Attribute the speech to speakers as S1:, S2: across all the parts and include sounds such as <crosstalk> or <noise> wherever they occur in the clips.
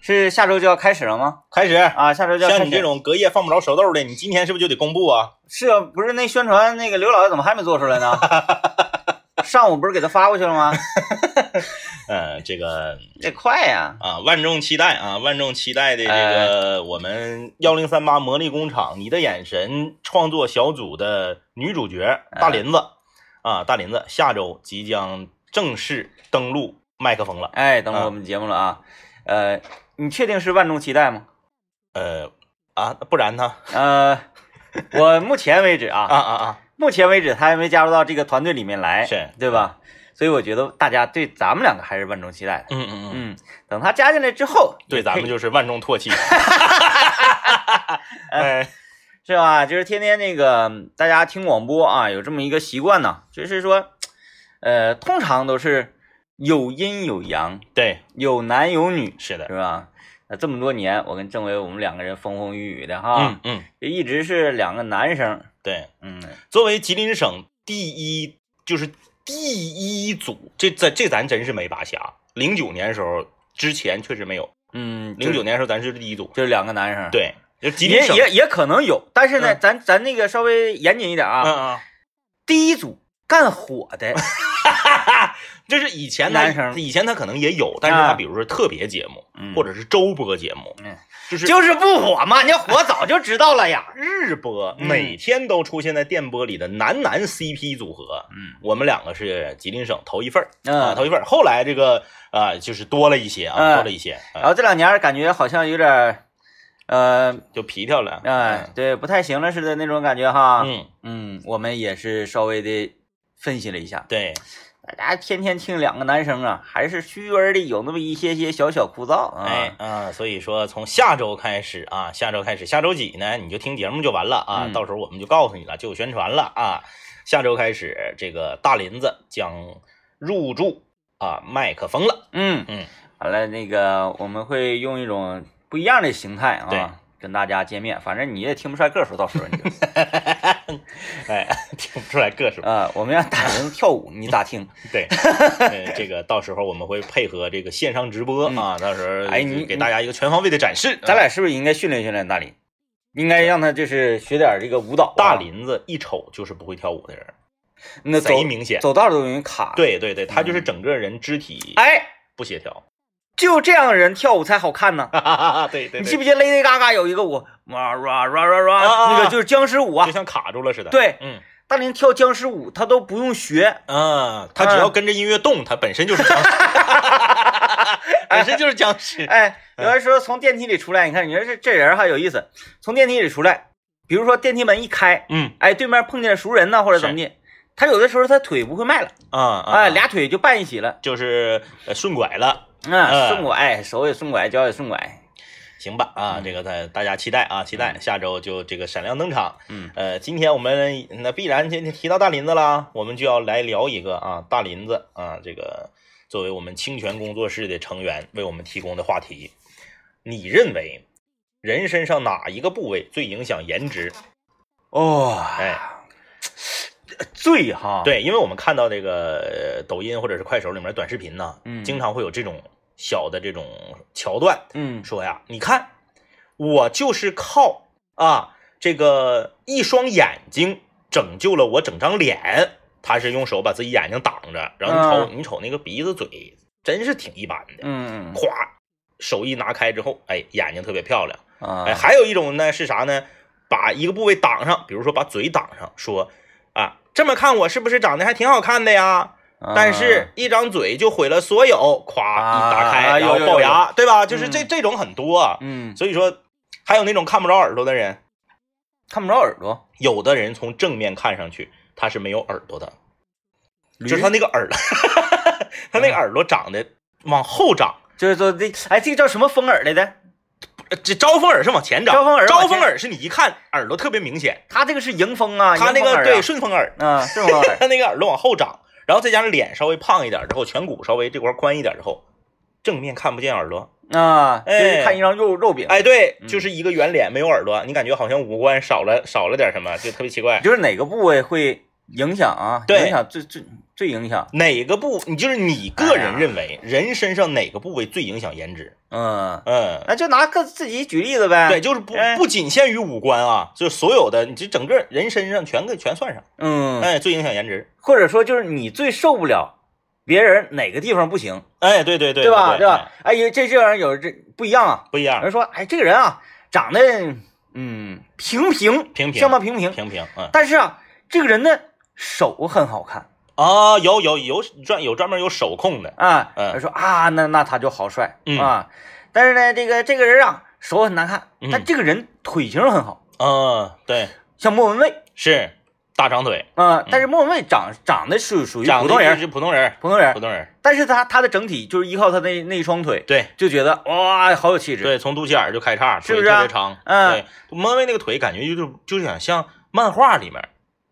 S1: 是下周就要开始了吗？
S2: 开始
S1: 啊，下周就要开始。
S2: 像你这种隔夜放不着熟豆的，你今天是不是就得公布啊？
S1: 是啊，不是那宣传那个刘老爷怎么还没做出来
S2: <laughs>
S1: 呢？上午不是给他发过去了吗？
S2: 嗯，这个
S1: 这快呀！
S2: 啊，万众期待啊，万众期待的这个我们幺零三八魔力工厂《你的眼神》创作小组的女主角大林子啊，大林子下周即将正式登陆麦克风了。
S1: 哎，等会儿
S2: 啊
S1: 我们节目了啊。呃，你确定是万众期待吗？
S2: 呃啊，不然呢？ <laughs>
S1: 呃，我目前为止啊，
S2: 啊啊啊！
S1: 目前为止他还没加入到这个团队里面来，
S2: 是
S1: 对吧？所以我觉得大家对咱们两个还是万众期待的。
S2: 嗯嗯嗯，
S1: 嗯，等他加进来之后，
S2: 对，咱们就是万众唾弃。哎，
S1: 是吧？就是天天那个大家听广播啊，有这么一个习惯呢，就是说，呃，通常都是有阴有阳，
S2: 对，
S1: 有男有女，
S2: 是的
S1: 是。吧？那这么多年，我跟政委我们两个人风风雨雨的哈，
S2: 嗯嗯，
S1: 就一直是两个男生，
S2: 对。
S1: 嗯，
S2: 作为吉林省第一，就是第一组，这这这咱真是没拔瞎。零九年时候之前确实没有，
S1: 嗯，
S2: 零九
S1: 就
S2: 年时候咱是第一组。
S1: 就两个男生，，
S2: 对，就吉林
S1: 也
S2: 省，
S1: 啊也也可能有，但是呢，
S2: 嗯
S1: 咱咱那个稍微严谨一点啊，
S2: 嗯嗯，
S1: 第一组干火的，
S2: 就是以前他
S1: 男生
S2: 以前他可能也有，但是他
S1: 啊
S2: 比如说特别节目、
S1: 嗯
S2: <laughs> 或者是周播节目，
S1: 嗯
S2: 就是
S1: 就是不火嘛，你火早就知道了
S2: <laughs>
S1: 呀，
S2: 日播
S1: 嗯
S2: 每天都出现在电波里的男男 CP 组合，
S1: 嗯，
S2: 我们两个是吉林省头一份儿
S1: 嗯
S2: 啊，头一份儿。后来这个啊，就是多了一些啊，
S1: 嗯
S2: 多了一些，
S1: 然后这两年感觉好像有点儿，呃，
S2: 就皮条了。
S1: 哎、对，不太行了似的那种感觉哈。
S2: 嗯，
S1: 嗯，我们也是稍微的分析了一下，
S2: 对，
S1: 大家天天听两个男生啊，还是虚微的有那么一些些小小枯燥啊。
S2: 哎啊，所以说从下周开始啊，下周开始，下周几呢？你就听节目就完了啊，
S1: 嗯
S2: 到时候我们就告诉你了，就有宣传了啊。下周开始，这个大林子将入驻啊麦克风了。
S1: 嗯
S2: 嗯，
S1: 完了那个我们会用一种不一样的形态啊，
S2: 对
S1: 跟大家见面，反正你也听不出来个数，到时候你就
S2: 哎， <laughs> 听不出来个数。
S1: 啊、我们让大人跳舞，你咋
S2: <laughs>
S1: 听？ <laughs>
S2: 对，呃这个到时候我们会配合这个线上直播啊，到时候
S1: 哎你
S2: 给大家一个全方位的展示。
S1: 咱
S2: 啊
S1: 俩是不是应该训练训练大林？应该让他就是学点这个舞蹈啊、
S2: 大林子一瞅就是不会跳舞的人，
S1: 那走
S2: 贼明显。
S1: 走道都容易卡。，
S2: 对对对，他就是整个人肢体
S1: 嗯哎，
S2: 不协
S1: <laughs>
S2: 调。
S1: 就这样的人跳舞才好看呢。
S2: 哈哈哈，对对，
S1: 你记不
S2: 不
S1: 记得 Lady Gaga 有一个舞，哇哇哇哇哇，
S2: 啊啊
S1: 那个就是僵尸舞啊
S2: 就。像卡住了似的。，
S1: 对，
S2: 嗯
S1: 大林跳僵尸舞，他都不用学，
S2: 啊，他只要跟着音乐动，他本身就是僵尸， <laughs> 本身就是僵尸。
S1: 哎，
S2: 嗯
S1: 有的时候从电梯里出来，你看，你说这这人还有意思，从电梯里出来，比如说电梯门一开，
S2: 嗯
S1: 哎，对面碰见熟人呐，或者怎么的，他有的时候他腿不会迈了，
S2: 啊啊，
S1: 哎，
S2: 啊
S1: 俩腿就绊一起了，
S2: 就是呃顺拐了。
S1: 啊，
S2: 哎
S1: 顺拐，手也顺拐，脚也顺哎拐，
S2: 行吧啊，
S1: 嗯
S2: 这个大大家期待啊，期待下周就这个闪亮登场。
S1: 嗯，
S2: 呃，今天我们那必然今天提到大林子啦，我们就要来聊一个啊，大林子啊，这个作为我们清泉工作室的成员为我们提供的话题，你认为人身上哪一个部位最影响颜值？
S1: 哦， <sniffs>
S2: 哎，
S1: 醉哈，，
S2: 对，因为我们看到这个呃抖音或者是快手里面短视频呢，
S1: 嗯
S2: 经常会有这种小的这种桥段，
S1: 嗯，
S2: 说呀，你看，我就是靠啊这个一双眼睛拯救了我整张脸。他是用手把自己眼睛挡着，然后你瞅、你瞅那个鼻子嘴，真是挺一般的。
S1: <laughs> 嗯
S2: 咵，手一拿开之后，哎，眼睛特别漂亮。
S1: 啊，
S2: 哎，还有一种呢是啥呢？把一个部位挡上，比如说把嘴挡上，说啊，这么看我是不是长得还挺好看的呀？但是一张嘴就毁了所有，咵
S1: 啊
S2: 一打
S1: 啊
S2: 开，然后
S1: 有有
S2: 龅
S1: 有
S2: 牙，对吧？就是这
S1: 嗯
S2: 这种很多啊。
S1: 嗯，
S2: 所以说，还有那种看不着耳朵的人，
S1: 看不着耳朵，
S2: 有的人从正面看上去他是没有耳朵的，
S1: 驴嗯
S2: 就是他那个耳朵，他那个耳朵长得往后长，
S1: 就是说这，哎，这个叫什么风耳来的？
S2: 呃这招风耳是往前长，
S1: 招风耳往
S2: 招
S1: 前
S2: 风耳是你一看耳朵特别明显，
S1: 他这个是迎风啊，
S2: 他那
S1: 迎风
S2: 个
S1: 耳
S2: 对
S1: 啊
S2: 顺风耳，
S1: 啊，是风
S2: <laughs>
S1: 耳，
S2: 他那个耳朵往后长，然后再加上脸稍微胖一点之后，颧骨稍微这块宽一点之后，正面看不见耳朵，
S1: 啊，就是
S2: 哎
S1: 看一张肉肉饼，
S2: 哎，对，
S1: 嗯
S2: 就是一个圆脸没有耳朵，你感觉好像五官少了少了点什么，就特别奇怪。
S1: 就是哪个部位会影响啊，
S2: 对
S1: 影响最最最影响，
S2: 哪个部你就是你个
S1: 哎
S2: 人
S1: 呀
S2: 认为人身上哪个部位最影响颜值？
S1: 嗯，
S2: 嗯，
S1: 那就拿个自己举例子呗，
S2: 对，，就是不
S1: 哎
S2: 不仅限于五官啊，就是所有的，你这整个人身上全给全算上，
S1: 嗯，
S2: 哎，最影响颜值。
S1: 或者说就是你最受不了别人哪个地方不行，
S2: 哎，对对对，对
S1: 吧？对吧哎，
S2: 哎？
S1: 有这这玩意儿有这不一样啊，
S2: 不一
S1: 有
S2: 样，
S1: 人说，哎，这个人啊，长得嗯平平
S2: 平平
S1: 相貌平平，
S2: 平平，嗯
S1: 但是啊，这个人的手很好看
S2: 啊，有有有专有专门有手控的，
S1: 啊。
S2: 嗯
S1: 他说啊，那那他就好帅
S2: 嗯
S1: 啊。但是呢，这个这个人啊，手很难看，
S2: 嗯
S1: 但这个人腿型很好，
S2: 嗯，对，
S1: 像莫文蔚
S2: 是大长腿，
S1: 啊。但是莫文蔚长长得属属于
S2: 嗯长
S1: 普
S2: 得
S1: 通
S2: 就
S1: 人，
S2: 是普通人，
S1: 普通
S2: 普
S1: 人，
S2: 通人，
S1: 但是他他的整体就是依靠他那那一双腿，
S2: 对
S1: 就觉得哇，好有气质。
S2: 对，从肚脐眼儿就开叉，
S1: 是不是
S2: 腿
S1: 啊
S2: 特别长，
S1: 嗯
S2: 对，莫文蔚那个腿感觉就是就是想像漫画里面，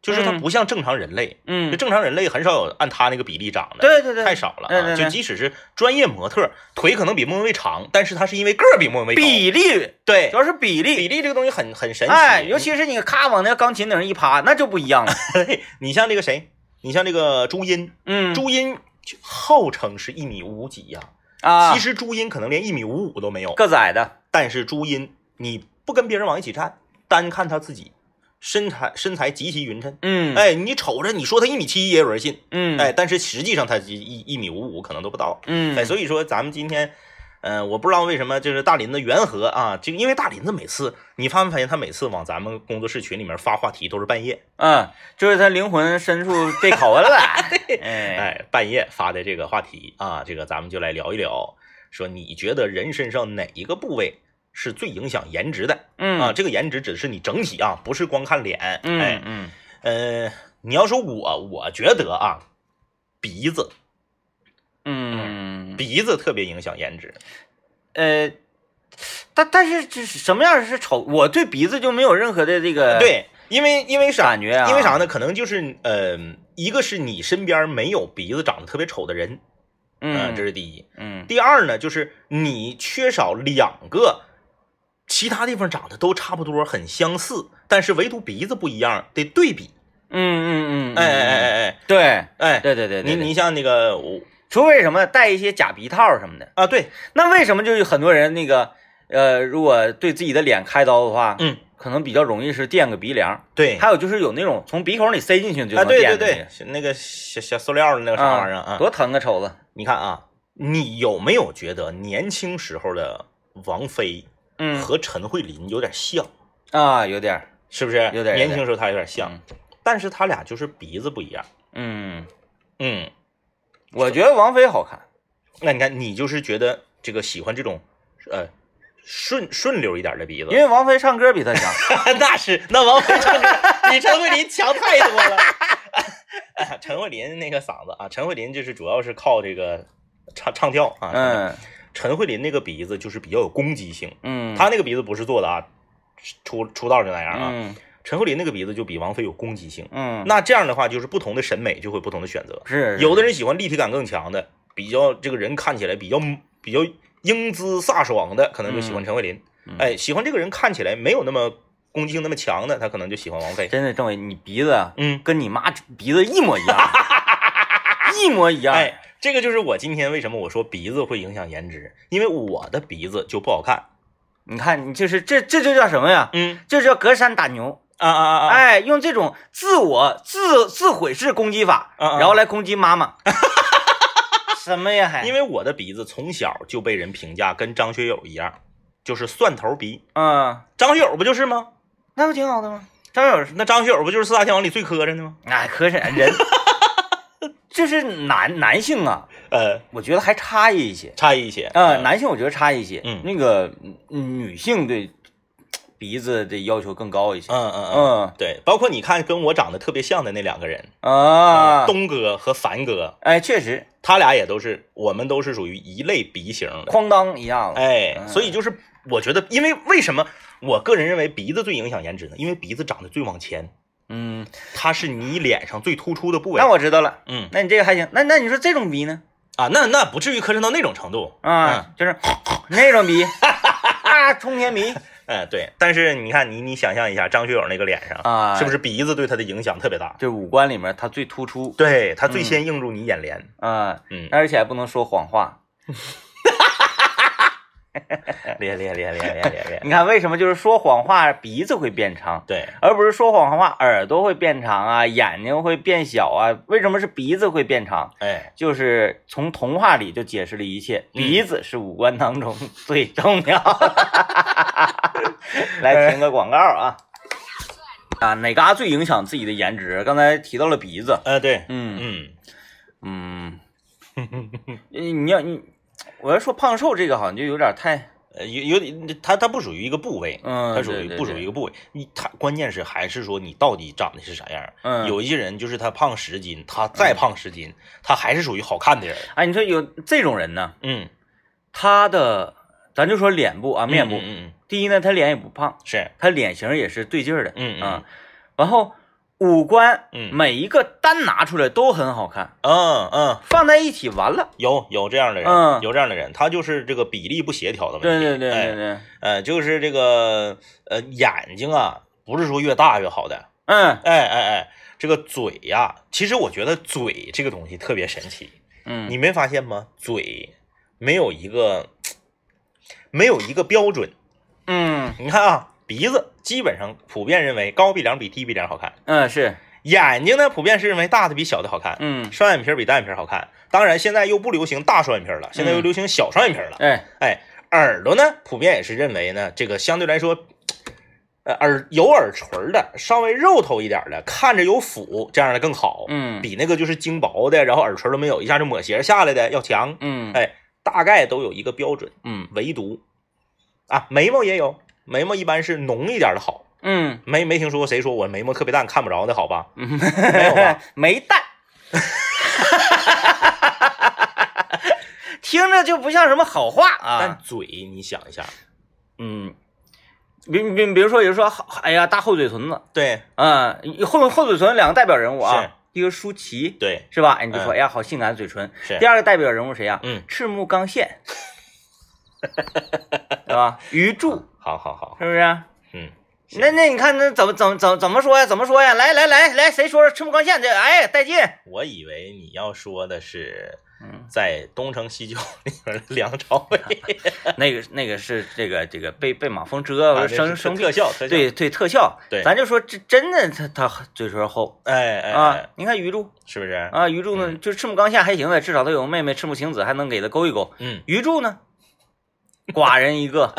S2: 就是他
S1: 嗯
S2: 不像正常人类，就
S1: 嗯，
S2: 正常人类很少有按他那个比例长的，
S1: 对对对，
S2: 太少了
S1: 对对
S2: 啊！
S1: 对
S2: 就即使是专业模特，腿可能比莫文蔚长，但是他是因为个儿比莫文蔚高，
S1: 比例，
S2: 对
S1: 主要是比例，
S2: 比例这个东西很很神奇。
S1: 哎，尤其是你咔往那钢琴顶上一趴，那就不一样了。
S2: 你像这个谁，你像这个朱茵，
S1: 嗯，
S2: 朱茵就号称是一米五几呀，
S1: 啊，
S2: 其实朱茵可能连一米五五都没有，
S1: 个子矮的，
S2: 但是朱茵你不跟别人往一起站，单看她自己，身材身材极其匀称。
S1: 嗯，，
S2: 哎，你瞅着，你说她一米七也有人信，
S1: 嗯，
S2: 哎，，但是实际上她一一一米五五可能都不到。
S1: 嗯，
S2: 哎，所以说咱们今天，呃，我不知道为什么就是大林子缘何啊，就因为大林子每次你发没发现他每次往咱们工作室群里面发话题都是半夜，
S1: 嗯，就是他灵魂深处被拷问了，
S2: <laughs>
S1: 哎，
S2: 哎，半夜发的这个话题啊，这个咱们就来聊一聊，说你觉得人身上哪一个部位是最影响颜值的
S1: 嗯，
S2: 啊？这个颜值指的是你整体啊，不是光看脸。
S1: 嗯
S2: 哎，
S1: 嗯，
S2: 呃，你要说我，我觉得啊，鼻子
S1: 嗯，
S2: 鼻子特别影响颜值。
S1: 呃，但但是这是什么样是丑？我对鼻子就没有任何的这个
S2: 对，因为因为啥？
S1: 哎感觉啊，
S2: 因为啥？呢？可能就是呃，一个是你身边没有鼻子长得特别丑的人，啊
S1: 嗯，
S2: 这是第一。
S1: 嗯
S2: 第二呢，就是你缺少两个其他地方长得都差不多、很相似，但是唯独鼻子不一样，得对比。
S1: 嗯嗯嗯，
S2: 哎哎哎
S1: 哎，
S2: 哎
S1: 对
S2: 哎哎，
S1: 对对对，
S2: 你你像那个我
S1: 除非什么戴一些假鼻套什么的。
S2: 啊，对，
S1: 那为什么就是很多人那个呃，如果对自己的脸开刀的话，
S2: 嗯，
S1: 可能比较容易是垫个鼻梁，
S2: 对，
S1: 还有就是有那种从鼻孔里塞进去就
S2: 啊，
S1: 能
S2: 对对
S1: 垫的
S2: 对，那个小小塑料的那
S1: 那个
S2: 个啥玩意儿啊，
S1: 多疼啊，瞅着，
S2: 你看啊，你有没有觉得年轻时候的王菲
S1: 嗯
S2: 和陈慧琳有点像？
S1: 啊，有点儿，
S2: 是不是？
S1: 有点有点
S2: 年轻时候他有点像，但是他俩就是鼻子不一样。
S1: 嗯，
S2: 嗯，
S1: 我觉得王菲好看，
S2: 那你看，你就是觉得这个喜欢这种，呃，顺顺溜一点的鼻子
S1: 因，为王菲唱歌比她强，
S2: <laughs> 那是那王菲唱歌比陈慧琳强太多了。 <laughs> 陈慧琳那个嗓子啊，陈慧琳就是主要是靠这个唱唱跳 <laughs> 啊。
S1: 嗯
S2: 陈慧琳那个鼻子就是比较有攻击性，
S1: 嗯，
S2: 她那个鼻子不是做的啊，出出道就那样啊。
S1: 嗯
S2: 陈慧琳那个鼻子就比王菲有攻击性。
S1: 嗯，
S2: 那这样的话，就是不同的审美就会有不同的选择。
S1: 是
S2: 有的
S1: 人
S2: 人喜欢立体感更强的，比较这个人看起来比较比较英姿飒爽的，可能就喜欢陈慧琳。
S1: 嗯
S2: 哎，喜欢这个人看起来没有那么攻击性那么强的，他可能就喜欢王菲。
S1: 真的政委，你鼻子啊
S2: 嗯，
S1: 跟你妈鼻子一模一样，
S2: <laughs>
S1: 一模一样，
S2: 哎，这个就是我今天为什么我说鼻子会影响颜值，因为我的鼻子就不好看。
S1: 你看你就是这这就叫什么呀？
S2: 嗯
S1: 这叫隔山打牛。
S2: 啊啊啊啊！
S1: 哎，用这种自我自自毁式攻击法，
S2: 嗯嗯
S1: 然后来攻击妈
S2: <laughs>
S1: 妈，什么呀还？
S2: 因
S1: 为
S2: 为我的鼻子从小就被人评价跟张学友一样，就是蒜头鼻。
S1: 嗯，
S2: 张学友不就是吗？
S1: 那不挺好的吗？张友
S2: 那张学友不就是四大天王里最磕碜的吗？
S1: 哎，可是
S2: <laughs>
S1: 人，这是男男性啊，
S2: 呃，
S1: 我觉得还差异一些。
S2: 差异一些。
S1: 呃，男性我觉得差异一些，
S2: 嗯
S1: 那个嗯女性对鼻子的要求更高一些。
S2: 嗯嗯嗯。
S1: 嗯
S2: 对，包括你看跟我长得特别像的那两个人，
S1: 啊，
S2: 东哥和凡哥，
S1: 哎，确实，
S2: 他俩也都是，我们都是属于一类鼻型的。
S1: 哐当一下子。
S2: 哎，
S1: 嗯
S2: 所以就是我觉得，因为为什么我个人认为鼻子最影响颜值呢？因为鼻子长得最往前，
S1: 嗯，
S2: 它是你脸上最突出的部位
S1: 那。我知道了。
S2: 嗯
S1: 那你这个还行。那那你说这种鼻呢？
S2: 啊，那那不至于磕碜到那种程度。
S1: <laughs> 啊，就是那种鼻，啊，冲天鼻，
S2: 嗯哎，对，但是你看你你想象一下张学友那个脸上，
S1: 啊，
S2: 是不是鼻子对他的影响特别大？
S1: 这五官里面他最突出？
S2: 对他
S1: 嗯
S2: 最先映入你眼帘，
S1: 啊，
S2: 嗯，
S1: 而且还不能说谎话。哎
S2: 厉害厉害厉害厉害厉害 <laughs> 厉害厉害，
S1: 你看为什么就是说谎话鼻子会变长，
S2: 对，
S1: 而不是说谎话耳朵会变长啊，眼睛会变小啊？为什么是鼻子会变长？
S2: 哎，
S1: 就是从童话里就解释了一切，
S2: 嗯
S1: 鼻子是五官当中最重 <laughs> 要的。来听个广告啊！啊，哪嘎最影响自己的颜值？刚才提到了鼻子，
S2: 呃，对，
S1: 嗯
S2: 嗯， <laughs>
S1: 嗯，你要你，我要说胖瘦这个好像就有点太，
S2: 呃有有点，他他不属于一个部位，
S1: 嗯，
S2: 它属
S1: 对
S2: 于不属
S1: 对
S2: 于一，
S1: 对
S2: 个部位，你他关键是还是说你到底长得是啥样儿？
S1: 嗯，
S2: 有一些人就是他胖十斤，他再胖十斤，他还是属于好看的人。
S1: 哎，你说有这种人呢，
S2: 嗯，
S1: 他的咱就说脸部啊面
S2: 嗯
S1: 部，啊
S2: 嗯嗯，
S1: 第一呢，他脸也不胖，
S2: 是，
S1: 他脸型也是对劲儿的，
S2: 嗯
S1: 啊，然后五官，
S2: 嗯
S1: 每一个单拿出来都很好看，
S2: 嗯嗯，
S1: 放在一起完了，
S2: 有有这样的人，
S1: 嗯
S2: 有这样的人，他就是这个比例不协调的问题。
S1: 对对对对
S2: 哎，
S1: 对，
S2: 呃，就是这个呃眼睛啊，不是说越大越好的，
S1: 嗯
S2: 哎哎哎，这个嘴呀、其实我觉得嘴这个东西特别神奇，
S1: 嗯，
S2: 你没发现吗？嘴没有一个没有一个标准。
S1: 嗯
S2: 你看啊，鼻子基本上普遍认为高鼻梁比低鼻梁好看，
S1: 嗯是，
S2: 眼睛呢普遍是认为大的比小的好看，
S1: 嗯
S2: 双眼皮儿比单眼皮儿好看。当然，现在又不流行大双眼皮儿了，现在又
S1: 嗯
S2: 流行小双眼皮儿了。
S1: 哎
S2: 哎，耳朵呢普遍也是认为呢，这个相对来说。呃，耳有耳垂儿的，稍微肉头一点儿的，看着有腹，这样的更好。
S1: 嗯
S2: 比那个就是精薄的，然后耳垂都没有，一下就抹斜下来的要强。
S1: 嗯
S2: 哎，大概都有一个标准，
S1: 嗯
S2: 唯独啊，眉毛也有，眉毛一般是浓一点的好，
S1: 嗯
S2: 没没听说过谁说我眉毛特别淡看不着的好吧？
S1: 嗯，
S2: <laughs> 没有吧？
S1: 没蛋。 <laughs> 听着就不像什么好话
S2: 但
S1: 啊。
S2: 嘴你想一下，
S1: 嗯，比比比如说，有人说，哎呀，大厚嘴唇子，
S2: 对
S1: 啊，后后嘴唇两个代表人物
S2: 是
S1: 啊，一个舒淇，
S2: 对
S1: 是吧？哎，你就说，哎
S2: 嗯
S1: 呀，好性感嘴唇。
S2: 是
S1: 第，二个代表人物谁呀、啊
S2: 嗯，
S1: 赤木刚
S2: <laughs>
S1: 宪，对吧？鱼柱
S2: 好好好，
S1: 是不是？
S2: 嗯，行
S1: 那那你看那怎么怎么怎么怎么说呀？怎么说呀？来来来来，谁说赤木刚宪这？哎，带劲！
S2: 我以为你要说的是
S1: 嗯
S2: 在《东成西就》里面的梁朝
S1: <laughs>
S2: 伟，
S1: 那个那个是这个这个被被马蜂蛰
S2: 啊
S1: 或
S2: 那
S1: 者
S2: 是
S1: 生
S2: 特
S1: 生病
S2: 特，效特效，
S1: 对对特效，
S2: 对
S1: 咱就说这真的他他嘴唇厚
S2: 哎哎
S1: 啊
S2: 哎，，嗯
S1: 你看鱼柱
S2: 是不是？
S1: 啊，鱼柱呢就赤木刚宪还行呗，至少他有个妹妹赤木晴子，还能给他勾一勾。
S2: 嗯，
S1: 鱼柱呢，寡人一
S2: <laughs>
S1: 个，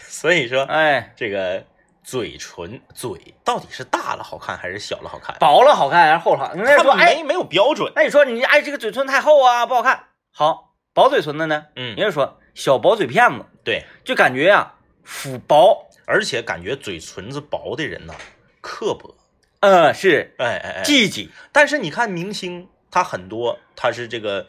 S2: 所以说
S1: 哎，
S2: 这个嘴唇嘴到底是大了好看还是小了好看？
S1: 薄了好看还是厚了好看？人家
S2: 他
S1: 说
S2: 们
S1: 哎，
S2: 没没有标准，
S1: 那你说你哎这个嘴唇太厚啊，不好看。好，薄嘴唇的呢，人
S2: 嗯，
S1: 家说小薄嘴片子，
S2: 对，
S1: 就感觉呀、腐薄，
S2: 而且感觉嘴唇子薄的人呐、刻薄，
S1: 嗯，是
S2: 哎哎哎，
S1: 季季，
S2: 但是你看明星，他很多他是这个，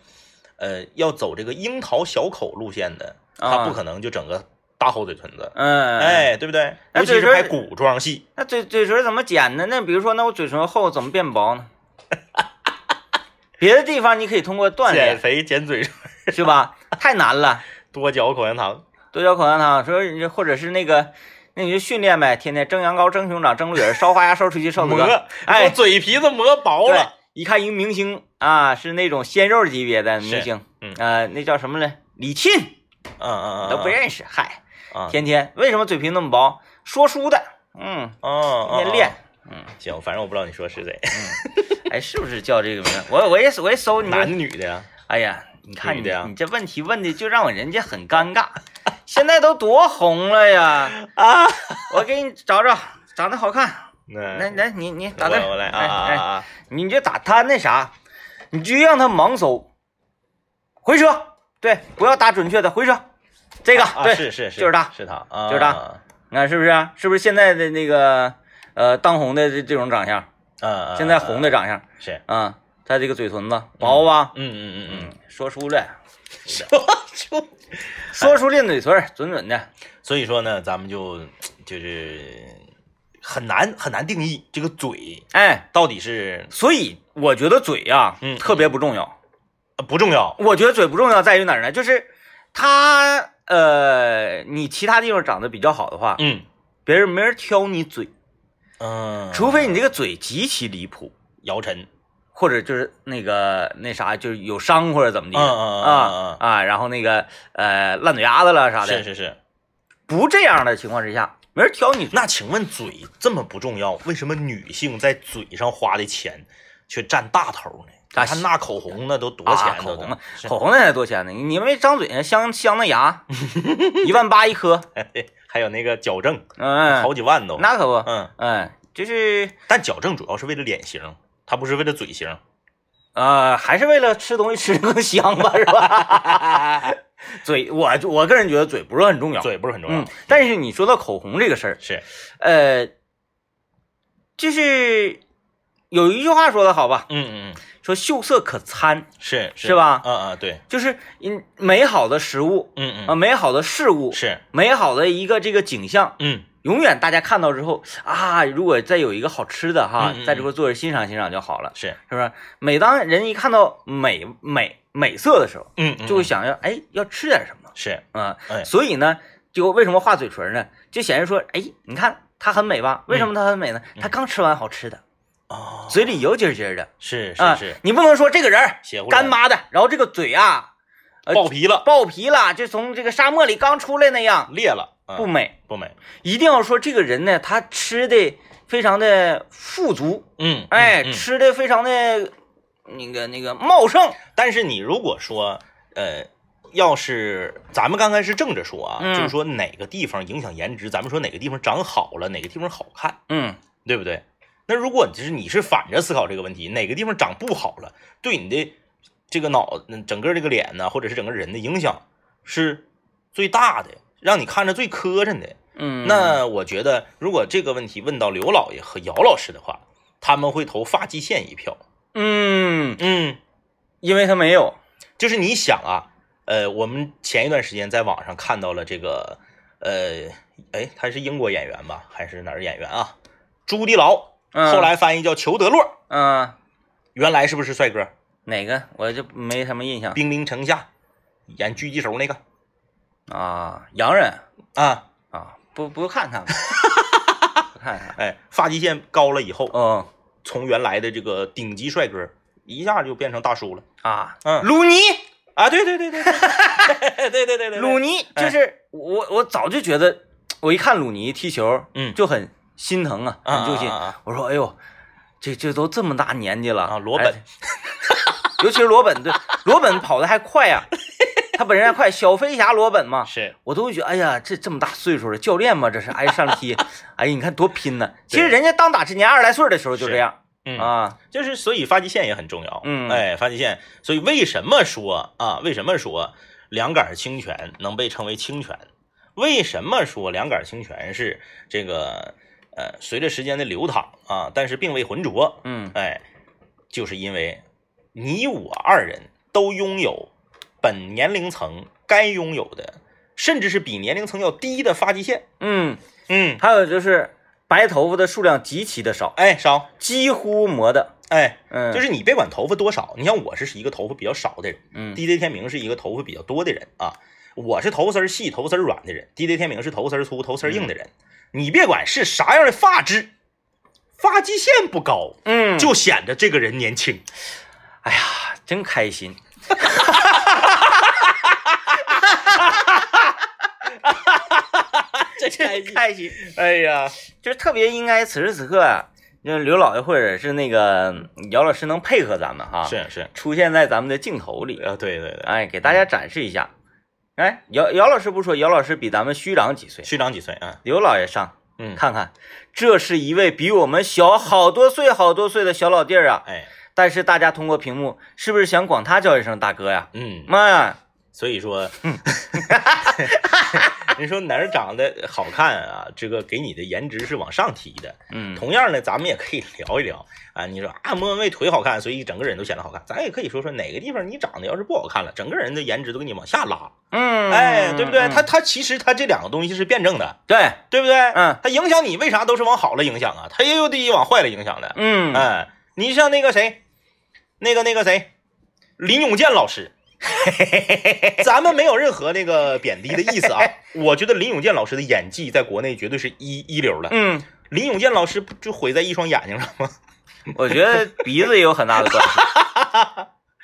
S2: 呃，要走这个樱桃小口路线的，他
S1: 啊
S2: 不可能就整个大厚嘴唇子，
S1: 嗯，。
S2: 哎，对不对？
S1: 那
S2: 尤其是
S1: 嘴唇
S2: 拍古装戏，
S1: 那嘴嘴唇怎么减呢？那比如说，那我嘴唇厚怎么变薄呢？ <laughs> 别的地方你可以通过锻
S2: 减
S1: 炼，
S2: 肥减嘴 <laughs> 唇，
S1: 是吧？太难了，
S2: 多嚼口香糖，
S1: 多嚼口香糖，说你这或者是那个，那你就训练呗，天天蒸羊羔、蒸熊掌、蒸鹿尾、烧花鸭、烧雏鸡、烧子鹅。
S2: 磨，
S1: 哎
S2: 我嘴皮子磨薄
S1: 对
S2: 了，，
S1: 一看一个明星啊，是那种鲜肉级别的明星，
S2: 嗯
S1: 呃，那叫什么来？李沁
S2: 嗯嗯嗯，
S1: 都不认识，嗨，
S2: 啊，
S1: 天天为什么嘴皮那么薄？说书的，嗯，
S2: 哦，
S1: 天天练。
S2: 行，反正我不知道你说是谁，
S1: 哎，是不是叫这个名？我我也我也搜 <laughs> 你们
S2: 男女的呀？
S1: 哎呀，你看
S2: 女
S1: 你
S2: 的呀
S1: 你这问题问的就让我人家很尴尬。现在都多红了呀！
S2: <laughs> 啊，
S1: 我给你找找，长得好看，来
S2: 那
S1: 来，你你打
S2: 嗯我
S1: 字，
S2: 我来啊
S1: 哎
S2: 啊
S1: 哎
S2: 啊啊！
S1: 你就打他那啥，你就让他盲搜，回车，对，不要打准确的，回车，这个、
S2: 啊
S1: 对，
S2: 是是是，
S1: 就是他
S2: 是他，啊
S1: 就是他，你看是不是啊、是不是现在的那个呃当红的这这种长相，
S2: 嗯，
S1: 现在红
S2: 的
S1: 的长相
S2: 是，
S1: 啊、他这个嘴唇子薄吧？
S2: 嗯嗯嗯嗯，
S1: 说出来，
S2: 说出，
S1: 说出练嘴唇儿，准准的。
S2: 所以说呢，咱们就就是很难很难定义这个嘴
S1: 哎，
S2: 到底是
S1: 所以我觉得嘴呀、
S2: 嗯
S1: 特别不重要。
S2: 呃不重要，
S1: 我觉得嘴不重要在于哪儿呢？就是它，呃，你其他地方长得比较好的话，
S2: 嗯，
S1: 别人没人挑你嘴，
S2: 嗯，
S1: 除非你这个嘴极其离谱，
S2: 姚晨，
S1: 或者就是那个那啥，就是有伤或者怎么地的、
S2: 嗯嗯嗯
S1: 啊啊，然后那个呃烂嘴牙子了啥的，
S2: 是是是。
S1: 不这样的情况之下，没人挑你嘴。
S2: 那请问嘴这么不重要，为什么女性在嘴上花的钱却占大头呢？
S1: 啊
S2: 你看那口红那都多
S1: 啊
S2: 钱呢、
S1: 口红啊
S2: 都是
S1: 口红那才多钱呢？你你没张嘴，镶镶那
S2: <laughs>
S1: 牙，一万八一颗，
S2: 哎还有那个矫正，
S1: 嗯，
S2: 好几万都。
S1: 那可不，
S2: 嗯，
S1: 嗯，就是
S2: 但矫正主要是为了脸型，它不是为了嘴型。
S1: 啊呃，还是为了吃东西吃得更香吧，是吧？ <laughs> 嘴，我我个人觉得嘴不是很重要，
S2: 嘴不是很重要，
S1: 嗯，但是你说到口红这个事儿，
S2: 是
S1: 呃，就是有一句话说的好吧，
S2: 嗯嗯嗯，
S1: 说秀色可餐，
S2: 是
S1: 是吧
S2: 嗯嗯，对，
S1: 就是嗯美好的食物
S2: 嗯
S1: 啊、
S2: 嗯，
S1: 美好的事物，
S2: 是，
S1: 美好的一个这个景象，
S2: 嗯
S1: 永远大家看到之后啊，如果再有一个好吃的哈，
S2: 嗯嗯嗯
S1: 在这块坐着欣赏欣赏就好了，
S2: 是，
S1: 是不是？每当人一看到美美美色的时候，
S2: 嗯嗯
S1: 就会想要哎要吃点什么
S2: 是，
S1: 啊、
S2: 哎
S1: 所以呢，就为什么画嘴唇呢？就显示说，哎，你看它很美吧？为什么它很美呢？它刚吃完好吃的，
S2: 嗯哦，
S1: 嘴里油津津的
S2: 是
S1: 啊、
S2: 是是，
S1: 你不能说这个人儿
S2: 邪乎
S1: 干
S2: 干
S1: 巴的，然后这个嘴啊呃
S2: 爆皮了，
S1: 爆皮了，就从这个沙漠里刚出来那样
S2: 裂了，嗯
S1: 不美。
S2: 不美，
S1: 一定要说这个人呢，他吃的非常的富足，
S2: 嗯，嗯
S1: 哎，
S2: 嗯
S1: 吃的非常的那个那个茂盛，
S2: 但是你如果说，呃，要是咱们刚开始正着说啊，
S1: 嗯
S2: 就是说哪个地方影响颜值，咱们说哪个地方长好了，哪个地方好看，
S1: 嗯，
S2: 对不对？那如果就是你是反着思考这个问题，哪个地方长不好了，对你的这个脑、嗯整个这个脸呢，或者是整个人的影响是最大的，让你看着最磕碜的。
S1: 嗯，
S2: 那我觉得，如果这个问题问到刘老爷和姚老师的话，他们会投发际线一票。
S1: 嗯，
S2: 嗯，
S1: 因为他没有，
S2: 就是你想啊，呃，我们前一段时间在网上看到了这个，呃，哎，他是英国演员吧，还是哪儿演员啊？朱迪劳，
S1: 嗯
S2: 后来翻译叫裘德洛，
S1: 嗯、
S2: 原来是不是帅哥？
S1: 哪个我就没什么印象
S2: 兵临城下演狙击手那个
S1: 啊，洋人
S2: 啊，
S1: 啊，不不看
S2: <laughs>
S1: 他们，不看他，
S2: 哎，发际线高了以后，
S1: 哦
S2: 从原来的这个顶级帅哥一下就变成大叔了
S1: 啊，
S2: 嗯
S1: 鲁尼，
S2: 啊！对对对对对， <laughs> 对对对对对，
S1: 鲁尼就是哎我我早就觉得，我一看鲁尼踢球，
S2: 嗯
S1: 就很心疼啊，
S2: 啊
S1: 很揪心
S2: 啊啊啊。
S1: 我说，哎呦，这这都这么大年纪了
S2: 啊罗本
S1: 哎 <laughs> 尤其是罗本，对，罗本跑的还快呀、他本人还快，小飞侠罗本嘛，
S2: 是
S1: 我都觉得，哎呀，这这么大岁数了，教练嘛，这是，哎，上
S2: <laughs>
S1: 踢，哎，你看多拼呢。其实人家当打之年二十来岁的时候就这样
S2: 嗯
S1: 啊，
S2: 就是所以发际线也很重要，
S1: 嗯
S2: 哎，发际线，所以为什么说啊？为什么说两杆清泉能被称为清泉？为什么说两杆清泉是这个呃，随着时间的流淌啊，但是并未浑浊，
S1: 嗯
S2: 哎，就是因为你我二人都拥有本年龄层该拥有的，甚至是比年龄层要低的发际线，
S1: 嗯，
S2: 嗯，
S1: 还有就是白头发的数量极其的少，
S2: 哎，少，
S1: 几乎磨的，
S2: 哎，
S1: 嗯，
S2: 就是你别管头发多少，你像我是一个头发比较少的人。
S1: 嗯
S2: DJ 天明是一个头发比较多的人啊，我是头发丝儿细、头发丝儿软的人，DJ 天明是头发丝儿粗、头发丝儿硬的人。你别管是啥样的发质，发际线不高，
S1: 嗯，
S2: 就显得这个人年轻。
S1: 哎呀，真开
S2: <laughs>
S1: 心。
S2: 这
S1: <laughs> 真开心，
S2: <laughs> 哎呀，
S1: 就是特别应该此时此刻啊，就是刘老爷或者是那个姚老师能配合咱们哈，
S2: 是是，
S1: 出现在咱们的镜头里，
S2: 呃，对对对，
S1: 哎，给大家展示一下。哎，姚姚老师不说，姚老师比咱们虚长几岁，
S2: 虚长几岁啊？
S1: 刘老爷上
S2: 嗯，
S1: 看看，这是一位比我们小好多岁、好多岁的小老弟儿啊！
S2: 哎，
S1: 但是大家通过屏幕，是不是想管他叫一声大哥呀？
S2: 嗯，
S1: 妈呀，
S2: 所以说， <laughs> 人说哪儿长得好看啊，这个给你的颜值是往上提的。
S1: 嗯，
S2: 同样呢，咱们也可以 <laughs> 聊一聊啊。你说啊，莫文蔚腿好看，所以整个人都显得好看。咱也可以说说哪个地方你长得要是不好看了，整个人的颜值都给你往下拉，
S1: 嗯，
S2: 哎，对不对？
S1: 嗯
S2: 他他其实他这两个东西是辩证的，
S1: 对，
S2: 对不对？
S1: 嗯，
S2: 他影响你为啥都是往好了影响啊？他也有得往坏了影响的。哎
S1: 嗯， <laughs>
S2: 哎，你像那个谁，那个那个谁，林永健老师，咱们没有任何那个贬低的意
S1: <laughs>
S2: 思啊。我觉得林永健老师的演技在国内绝对是一一流的。
S1: 嗯，
S2: 林永健老师不就毁在一双眼睛上 <laughs> 吗？
S1: 我觉得鼻子也有很大的关系。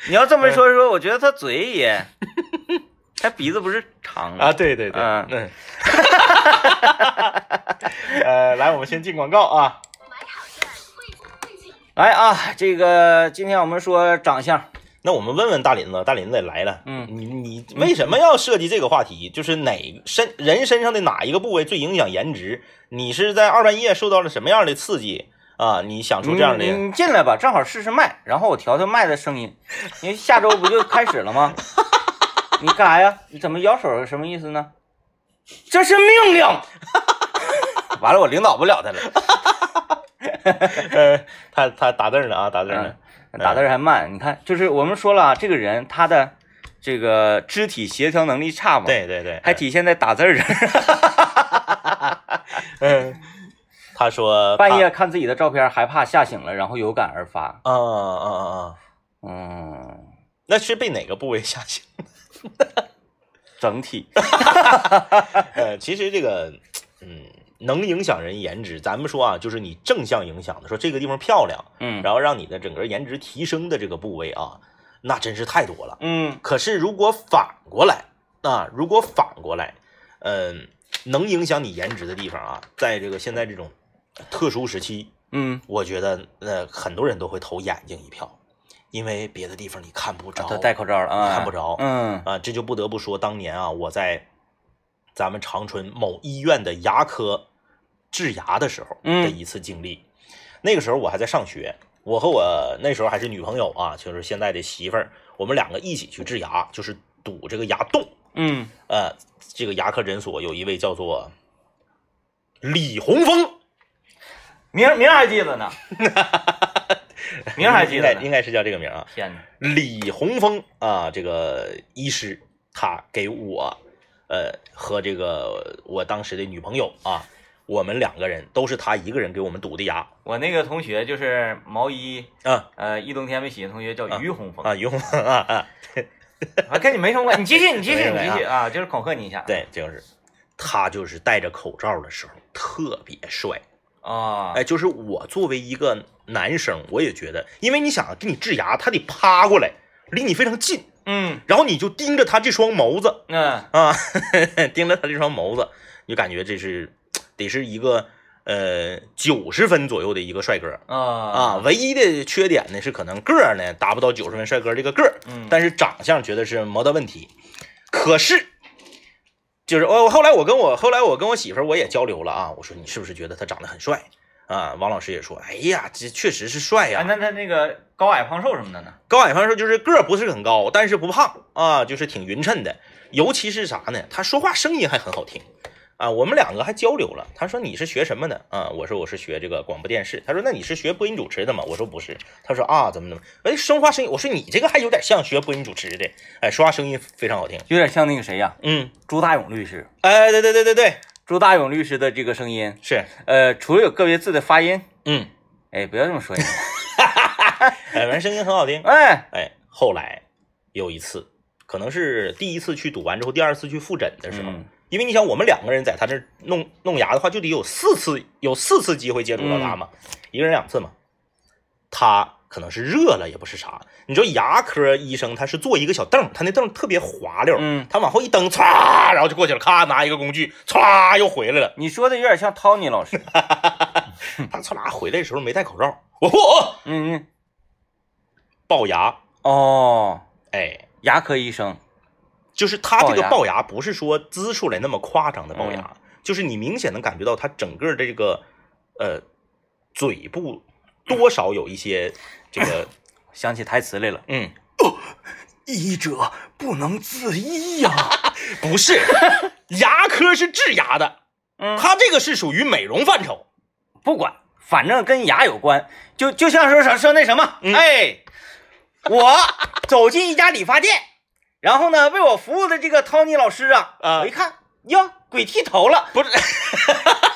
S1: 你要这么说说，我觉得他嘴也，他鼻子不是长的，
S2: 啊对对
S1: 嗯
S2: 嗯， <laughs> 呃，来，我们先进广告啊。
S1: 来啊，这个今天我们说长相，
S2: 那我们问问大林子，大林子也来了，
S1: 嗯
S2: 你你为什么要设计这个话题？就是哪身人身上的哪一个部位最影响颜值？你是在二半夜受到了什么样的刺激啊？你想出这样的？
S1: 你你进来吧，正好试试麦，然后我调调麦的声音，因为下周不就开始了吗？你干啥呀？你怎么摇手？什么意思呢？这是命令。 <laughs> 完了，我领导不了他了。
S2: <laughs> 呃，他他打字呢啊，打字呢
S1: 嗯，，打字儿还慢。你看，就是我们说了啊，这个人他的这个肢体协调能力差嘛，，
S2: 对对对，
S1: 还体现在打字儿上。
S2: 嗯，他说
S1: 半夜看自己的照片，害怕吓醒了，然后有感而发。
S2: 啊啊啊啊，
S1: 嗯，
S2: 那是被哪个部位吓醒？
S1: 整体，
S2: 呃，其实这个，嗯，能影响人颜值，咱们说啊，就是你正向影响的，说这个地方漂亮，
S1: 嗯
S2: 然后让你的整个颜值提升的这个部位啊，那真是太多了。
S1: 嗯，
S2: 可是如果反过来啊，如果反过来，嗯，能影响你颜值的地方啊，在这个现在这种特殊时期，
S1: 嗯，
S2: 我觉得呃很多人都会投眼睛一票，因为别的地方你看不着。
S1: 他戴口罩了啊，
S2: 看不着
S1: 嗯
S2: 啊，这就不得不说当年啊，我在咱们长春某医院的牙科治牙的时候
S1: 嗯
S2: 的一次经历。那个时候我还在上学，我和我那时候还是女朋友啊，就是现在的媳妇儿，我们两个一起去治牙，就是堵这个牙洞。
S1: 嗯，
S2: 呃，这个牙科诊所有一位叫做李洪峰，
S1: 名名还记 <laughs> 得呢，名还记
S2: 应
S1: 得
S2: 该
S1: 呢
S2: 应该是叫这个名儿啊。
S1: 天哪，
S2: 李洪峰啊，这个医师，他给我，呃，和这个我当时的女朋友啊，我们两个人都是他一个人给我们堵的牙
S1: 我那个同学就是毛衣，
S2: 啊
S1: 呃，一冬天没洗的同学叫于洪峰
S2: 啊，于洪峰啊啊，
S1: 啊，跟你没什么关系，你继续，你继续，
S2: 没
S1: 你
S2: 没
S1: 继续啊，就是恐吓你一下。
S2: 对，就是他就是戴着口罩的时候特别帅，
S1: 啊，
S2: 哎，就是我作为一个男生，我也觉得，因为你想啊，给你治牙，他得趴过来，离你非常近，
S1: 嗯
S2: 然后你就盯着他这双眸子，
S1: 嗯
S2: 啊， <laughs> 盯着他这双眸子，你就感觉这是得是一个呃九十分左右的一个帅哥
S1: 啊
S2: 啊。
S1: 啊，
S2: 唯一的缺点呢是可能个儿呢达不到九十分帅哥这个个儿，
S1: 嗯，
S2: 但是长相绝对是没得问题。可是就是我、我后来我跟我后来我跟我媳妇儿我也交流了啊，我说你是不是觉得他长得很帅啊？王老师也说，哎呀，这确实是帅呀、
S1: 啊，那他那个高矮胖瘦什么的呢？
S2: 高矮胖瘦就是个儿不是很高，但是不胖啊，就是挺匀称的。尤其是啥呢？他说话声音还很好听啊。我们两个还交流了，他说你是学什么的啊？我说我是学这个广播电视。他说那你是学播音主持的吗？我说不是。他说啊，怎么怎么？哎，说话声音，我说你这个还有点像学播音主持的，哎，说话声音非常好听。
S1: 有点像那个谁呀、
S2: 嗯，
S1: 朱大勇律师。
S2: 哎，对对对对对，
S1: 朱大勇律师的这个声音，
S2: 是，
S1: 呃，除了有个别字的发音，
S2: 嗯，
S1: 哎，不要这么 <laughs> 说人家。
S2: 哎，反正声音很好听。
S1: 哎，
S2: 哎，后来有一次，可能是第一次去堵完之后，第二次去复诊的时候，
S1: 嗯
S2: 因为你想，我们两个人在他这儿弄弄牙的话，就得有四次有四次机会接触到
S1: 嗯
S2: 他嘛，一个人两次嘛。他可能是热了，也不是啥。你知道牙科医生他是坐一个小凳儿，他那凳儿特别滑溜儿，
S1: 嗯
S2: 他往后一蹬，歘，然后就过去了，咔拿一个工具，歘又回来了。
S1: 你说的有点像 Tony 老师。
S2: 他歘啦回来的时候没戴口罩，我嚯
S1: 嗯嗯，
S2: 龅牙，
S1: 哦，
S2: 哎，
S1: 牙科医生。
S2: 就是他这
S1: 龅牙
S2: 个
S1: 嗯
S2: 龅牙不是说滋出来那么夸张的龅牙，就是你明显能感觉到他整个的这个呃嘴部多少有一些
S1: <laughs>
S2: 这个
S1: 想起台词来了，
S2: 嗯
S1: 医者不能自医呀、
S2: 啊不是牙科是治牙的，
S1: 嗯，
S2: 他这个是属于美容范畴。
S1: <laughs> 不管，反正跟牙有关，就就像说啥说那什么，
S2: 嗯
S1: 哎，我走进一家理发店，然后呢，为我服务的这个 Tony 老师啊，
S2: 啊 <laughs>
S1: 我一看，哟，鬼剃头了，
S2: 不是，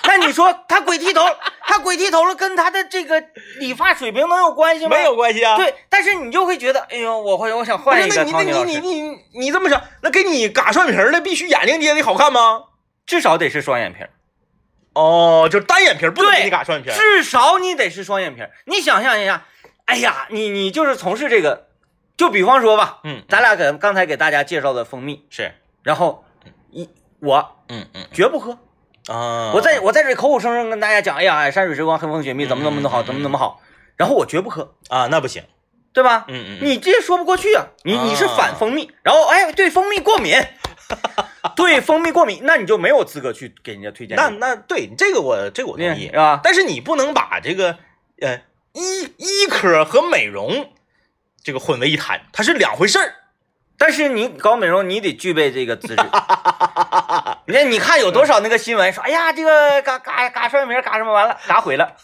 S1: 那你说他鬼剃头，他鬼剃头了，跟他的这个理发水平能有关系吗？
S2: 没。有关系啊。
S1: 对，但是你就会觉得，哎呦，我会，我想
S2: 不
S1: 换
S2: 是，
S1: 一
S2: 那
S1: 个
S2: 你
S1: 汤尼
S2: 那
S1: 老
S2: 你
S1: 师，
S2: 你你你这么整，那给你嘎蒜皮儿的，必须眼睛捏得好看
S1: 哦
S2: 吗？
S1: 至少得是双眼皮儿，
S2: 哦，就是单眼皮儿，不能
S1: 对
S2: 给你嘎蒜皮儿。
S1: 至少你得是双眼皮儿。你想象一下，哎呀，你你就是从事这个，就比方说吧，
S2: 嗯，
S1: 咱俩给刚才给大家介绍的蜂蜜，
S2: 是，
S1: 然后一我
S2: 嗯嗯
S1: 绝不喝，
S2: 啊，
S1: 我在我在这里口口声声跟大家讲，哎呀，山水时光、黑风雪蜜怎么怎么的好，
S2: 嗯
S1: 怎么怎么好，然后我绝不喝，
S2: 啊，那不行，
S1: 对吧？
S2: 嗯嗯，
S1: 你这说不过去啊！你你是
S2: 啊
S1: 反蜂蜜，然后哎对蜂蜜过敏， <laughs> 对蜂蜜过敏，那你就没有资格去给人家推荐。
S2: 那那对这个我这个我
S1: 你
S2: 同
S1: 是
S2: 意，
S1: 吧？
S2: 但是你不能把这个呃医医科和美容这个混为一谈，它是两回事儿。
S1: 但是你搞美容，你得具备这个资质。你
S2: <laughs>
S1: 看，你看有多少那个新闻说，哎呀，这个嘎嘎嘎双眼皮嘎什么完了，嘎
S2: <laughs>
S1: 毁了。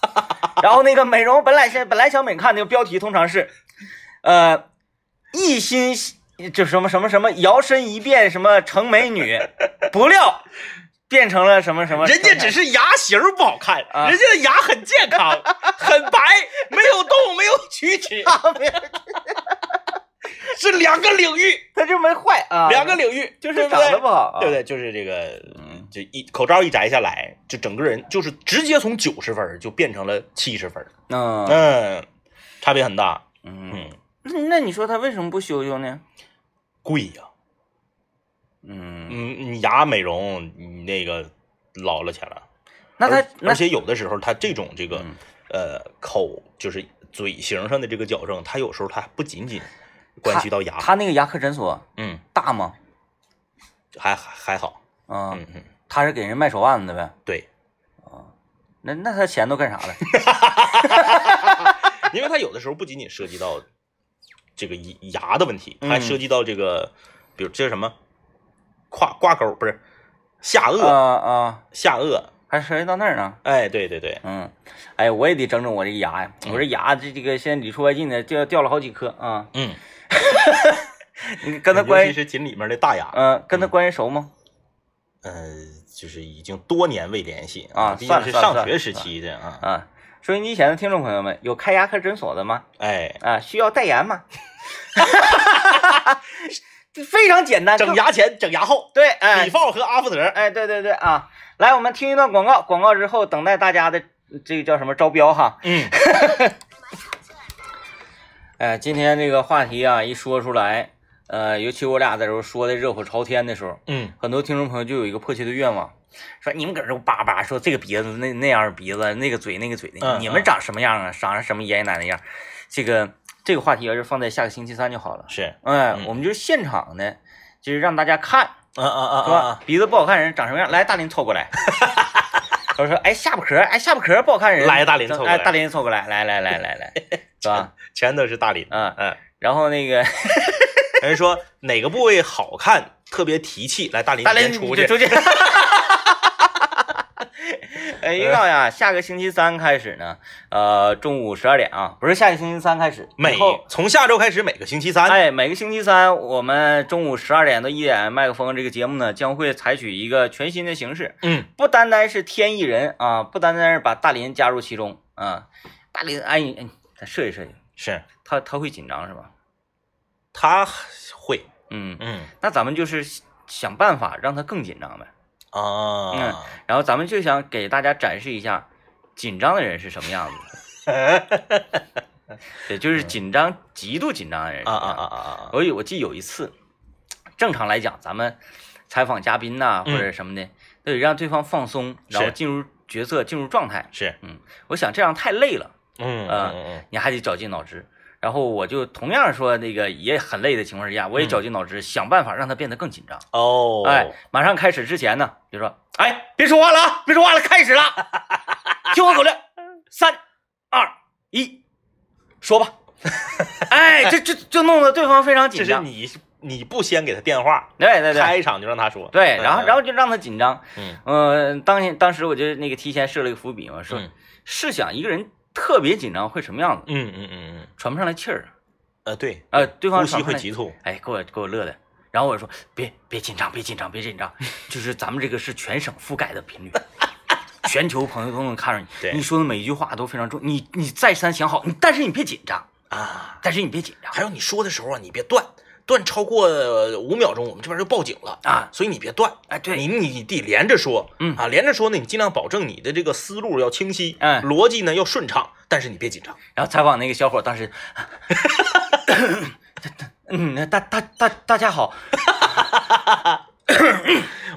S1: 然后那个美容本来是本来小美看那个标题通常是，呃，一心就什么什么什么摇身一变什么成美
S2: <laughs>
S1: 女，不料变成了什么什么成
S2: 人
S1: 啥，
S2: 家只是牙型儿不好看，
S1: 啊
S2: 人家的牙很
S1: <laughs>
S2: 健康，很白，没有动，没有龋齿，
S1: 啊
S2: 是两个领域，
S1: 他就没坏啊，
S2: 两个领域，就
S1: 就是是
S2: 对不
S1: 长
S2: 对
S1: 得不好、啊，
S2: 对不对？就是这个
S1: 嗯，
S2: 这一口罩一摘下来，就整个人就是直接从九十分儿就变成了七十分儿，
S1: 嗯
S2: 嗯，差别很大，
S1: 嗯，
S2: 嗯，
S1: 那那你说他为什么不修修呢？
S2: 贵呀、
S1: 嗯，
S2: 嗯，你牙美容你那个捞了钱了，
S1: 那
S2: 而
S1: 他那
S2: 而且有的时候它这种这个、
S1: 嗯
S2: 呃口就是嘴型上的这个矫正，它有时候它不仅仅关系到牙，
S1: 他那个牙科诊所
S2: 嗯，
S1: 大吗？
S2: 还还还好，
S1: 啊、
S2: 嗯嗯，
S1: 他是给人卖手腕子的呗？
S2: 对，
S1: 那那他钱都干啥了？
S2: <laughs> 因为它有的时候不仅仅涉及到这个牙牙的问题，它
S1: 嗯
S2: 还涉及到这个，比如这是什么胯挂钩不是下颚、
S1: 啊啊，
S2: 下颚，
S1: 还涉及到那儿呢？
S2: 哎，对对对，
S1: 嗯，哎，我也得整整我这个牙呀，我这牙这这个现在里出外进的掉掉了好几颗啊。
S2: 嗯，
S1: 你跟他
S2: 尤
S1: 关
S2: 其
S1: 系，
S2: 是紧里面的大牙，
S1: 嗯、跟他关系熟吗？
S2: 呃，就是已经多年未联系
S1: 啊
S2: 毕
S1: 算
S2: 竟
S1: 了
S2: 是
S1: 算了
S2: 上学时
S1: 算
S2: 期的啊，
S1: 啊，收音机前的听众朋友们，有开牙科诊所的吗？
S2: 哎，
S1: 啊，需要代言吗？ <laughs> 非常简单，
S2: 整
S1: 更
S2: 牙前整牙后，
S1: 对，哎
S2: 李豹和阿福
S1: <laughs>
S2: 德，
S1: 哎，对对对啊，来，我们听一段广告，广告之后等待大家的这个叫什么招标哈。
S2: 嗯，
S1: 哎，今天这个话题啊一说出来，呃，尤其我俩在这说的热火朝天的时候，
S2: 嗯，
S1: 很多听众朋友就有一个迫切的愿望，说你们搁这叭叭说这个鼻子那那样的鼻子，那个嘴那个嘴的，
S2: 嗯
S1: 你们长什么样啊？长成什么爷爷奶奶样？这个这个话题要是放在下个星期三就好了。
S2: 是，
S1: 哎，
S2: 嗯
S1: 我们就是现场的，就是让大家看，
S2: 啊啊啊
S1: 是吧？，鼻子不好看人长什么样？来，大林凑过
S2: <laughs>
S1: 来。我说，哎，下巴壳，哎，下巴壳不好看人。
S2: 来大林凑过来
S1: 哎，大林凑过来，来来来来来，是
S2: <laughs>
S1: 吧？
S2: 全都是大林，
S1: 嗯，
S2: 嗯，
S1: <laughs> 然后那个
S2: 人说哪个部位好看，特别提气，来大林，
S1: 大
S2: 你
S1: 林
S2: 先出去，
S1: 出去。 <laughs> 哎，预告呀，下个星期三开始呢，呃，中午十二点啊，不是下个星期三开始，以
S2: 每
S1: 后
S2: 从下周开始每个星期三，
S1: 哎，每个星期三我们中午十二点到一点麦克风这个节目呢，将会采取一个全新的形式，
S2: 嗯，
S1: 不单单是天一人啊，不单单是把大林加入其中啊，大林，哎，你哎咱设计设计，
S2: 是
S1: 他他会紧张是吧？
S2: 他会，
S1: 嗯，
S2: 嗯
S1: 那咱们就是想办法让他更紧张呗，嗯
S2: 啊，
S1: 然后咱们就想给大家展示一下紧张的人是什么样子，
S2: <laughs>
S1: 也就是紧张极度紧张的人
S2: 啊啊啊
S1: 啊！
S2: 啊啊啊，
S1: 我有我记得有一次，正常来讲，咱们采访嘉宾呐、或
S2: 嗯
S1: 者什么的，都得让对方放松，然后
S2: 是
S1: 进入角色，进入状态。
S2: 是，
S1: 我想这样太累了。
S2: 嗯
S1: 啊
S2: 嗯嗯
S1: 你还得绞尽脑汁。然后我就同样说那个也很累的情况之下，我也
S2: 嗯
S1: 绞尽脑汁、想办法让他变得更紧张。
S2: 哦，
S1: 哎，马上开始之前呢，就说哎，别说话了啊，别说话了，开始了，听我口令，三二一，说吧。
S2: <laughs>
S1: 哎，这这就弄得对方非常
S2: 这
S1: 紧
S2: 是
S1: 张。
S2: 你你不先给他电话，
S1: 对对对
S2: 开场就让他说，
S1: 对，然后然后
S2: 后
S1: 就让他紧张。
S2: 嗯
S1: 嗯、当年当时我就那个提前设了一个伏笔嘛，说、
S2: 嗯
S1: 试想一个人特别紧张会什么样子，
S2: 嗯嗯嗯嗯，
S1: 喘不上来气儿啊。
S2: 呃对，
S1: 呃，对方
S2: 呼吸
S1: 喘不上
S2: 会
S1: 来
S2: 急促，
S1: 哎，给我给我乐的。然后我说 <laughs> 别别紧张，别紧张，别紧张，就是咱们这个是全省覆盖的频率， <laughs> 全球朋友都能看着你，
S2: 对
S1: 你说的每一句话都非常重，你你再三想好，你但是你别紧张，
S2: 啊。
S1: 但是你别紧张
S2: 还有你说的时候啊，你别断，断超过呃五秒钟，我们这边就报警了
S1: 啊
S2: 所以你别断，
S1: 哎对
S2: 你你你得连着说，
S1: 嗯
S2: 啊，连着说呢，你尽量保证你的这个思路要清晰，
S1: 嗯
S2: 逻辑呢要顺畅，但是你别紧张，
S1: 然后采访那个小伙，当时，嗯，那大大大大家好，